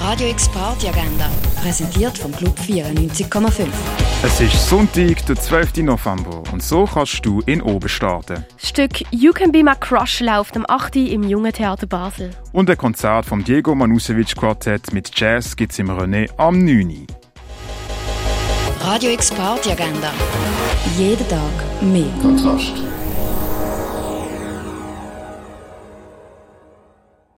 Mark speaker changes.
Speaker 1: Radio X Party Agenda, präsentiert vom Club 94,5.
Speaker 2: Es ist Sonntag, der 12. November und so kannst du in Oben starten.
Speaker 3: Das Stück You Can Be My Crush läuft am 8. Uhr im Jungen Theater Basel.
Speaker 2: Und ein Konzert vom Diego Manusewitsch Quartett mit Jazz gibt's im René am 9. Uhr.
Speaker 1: Radio X Party Agenda. Jeden Tag mehr.
Speaker 4: Kontrast.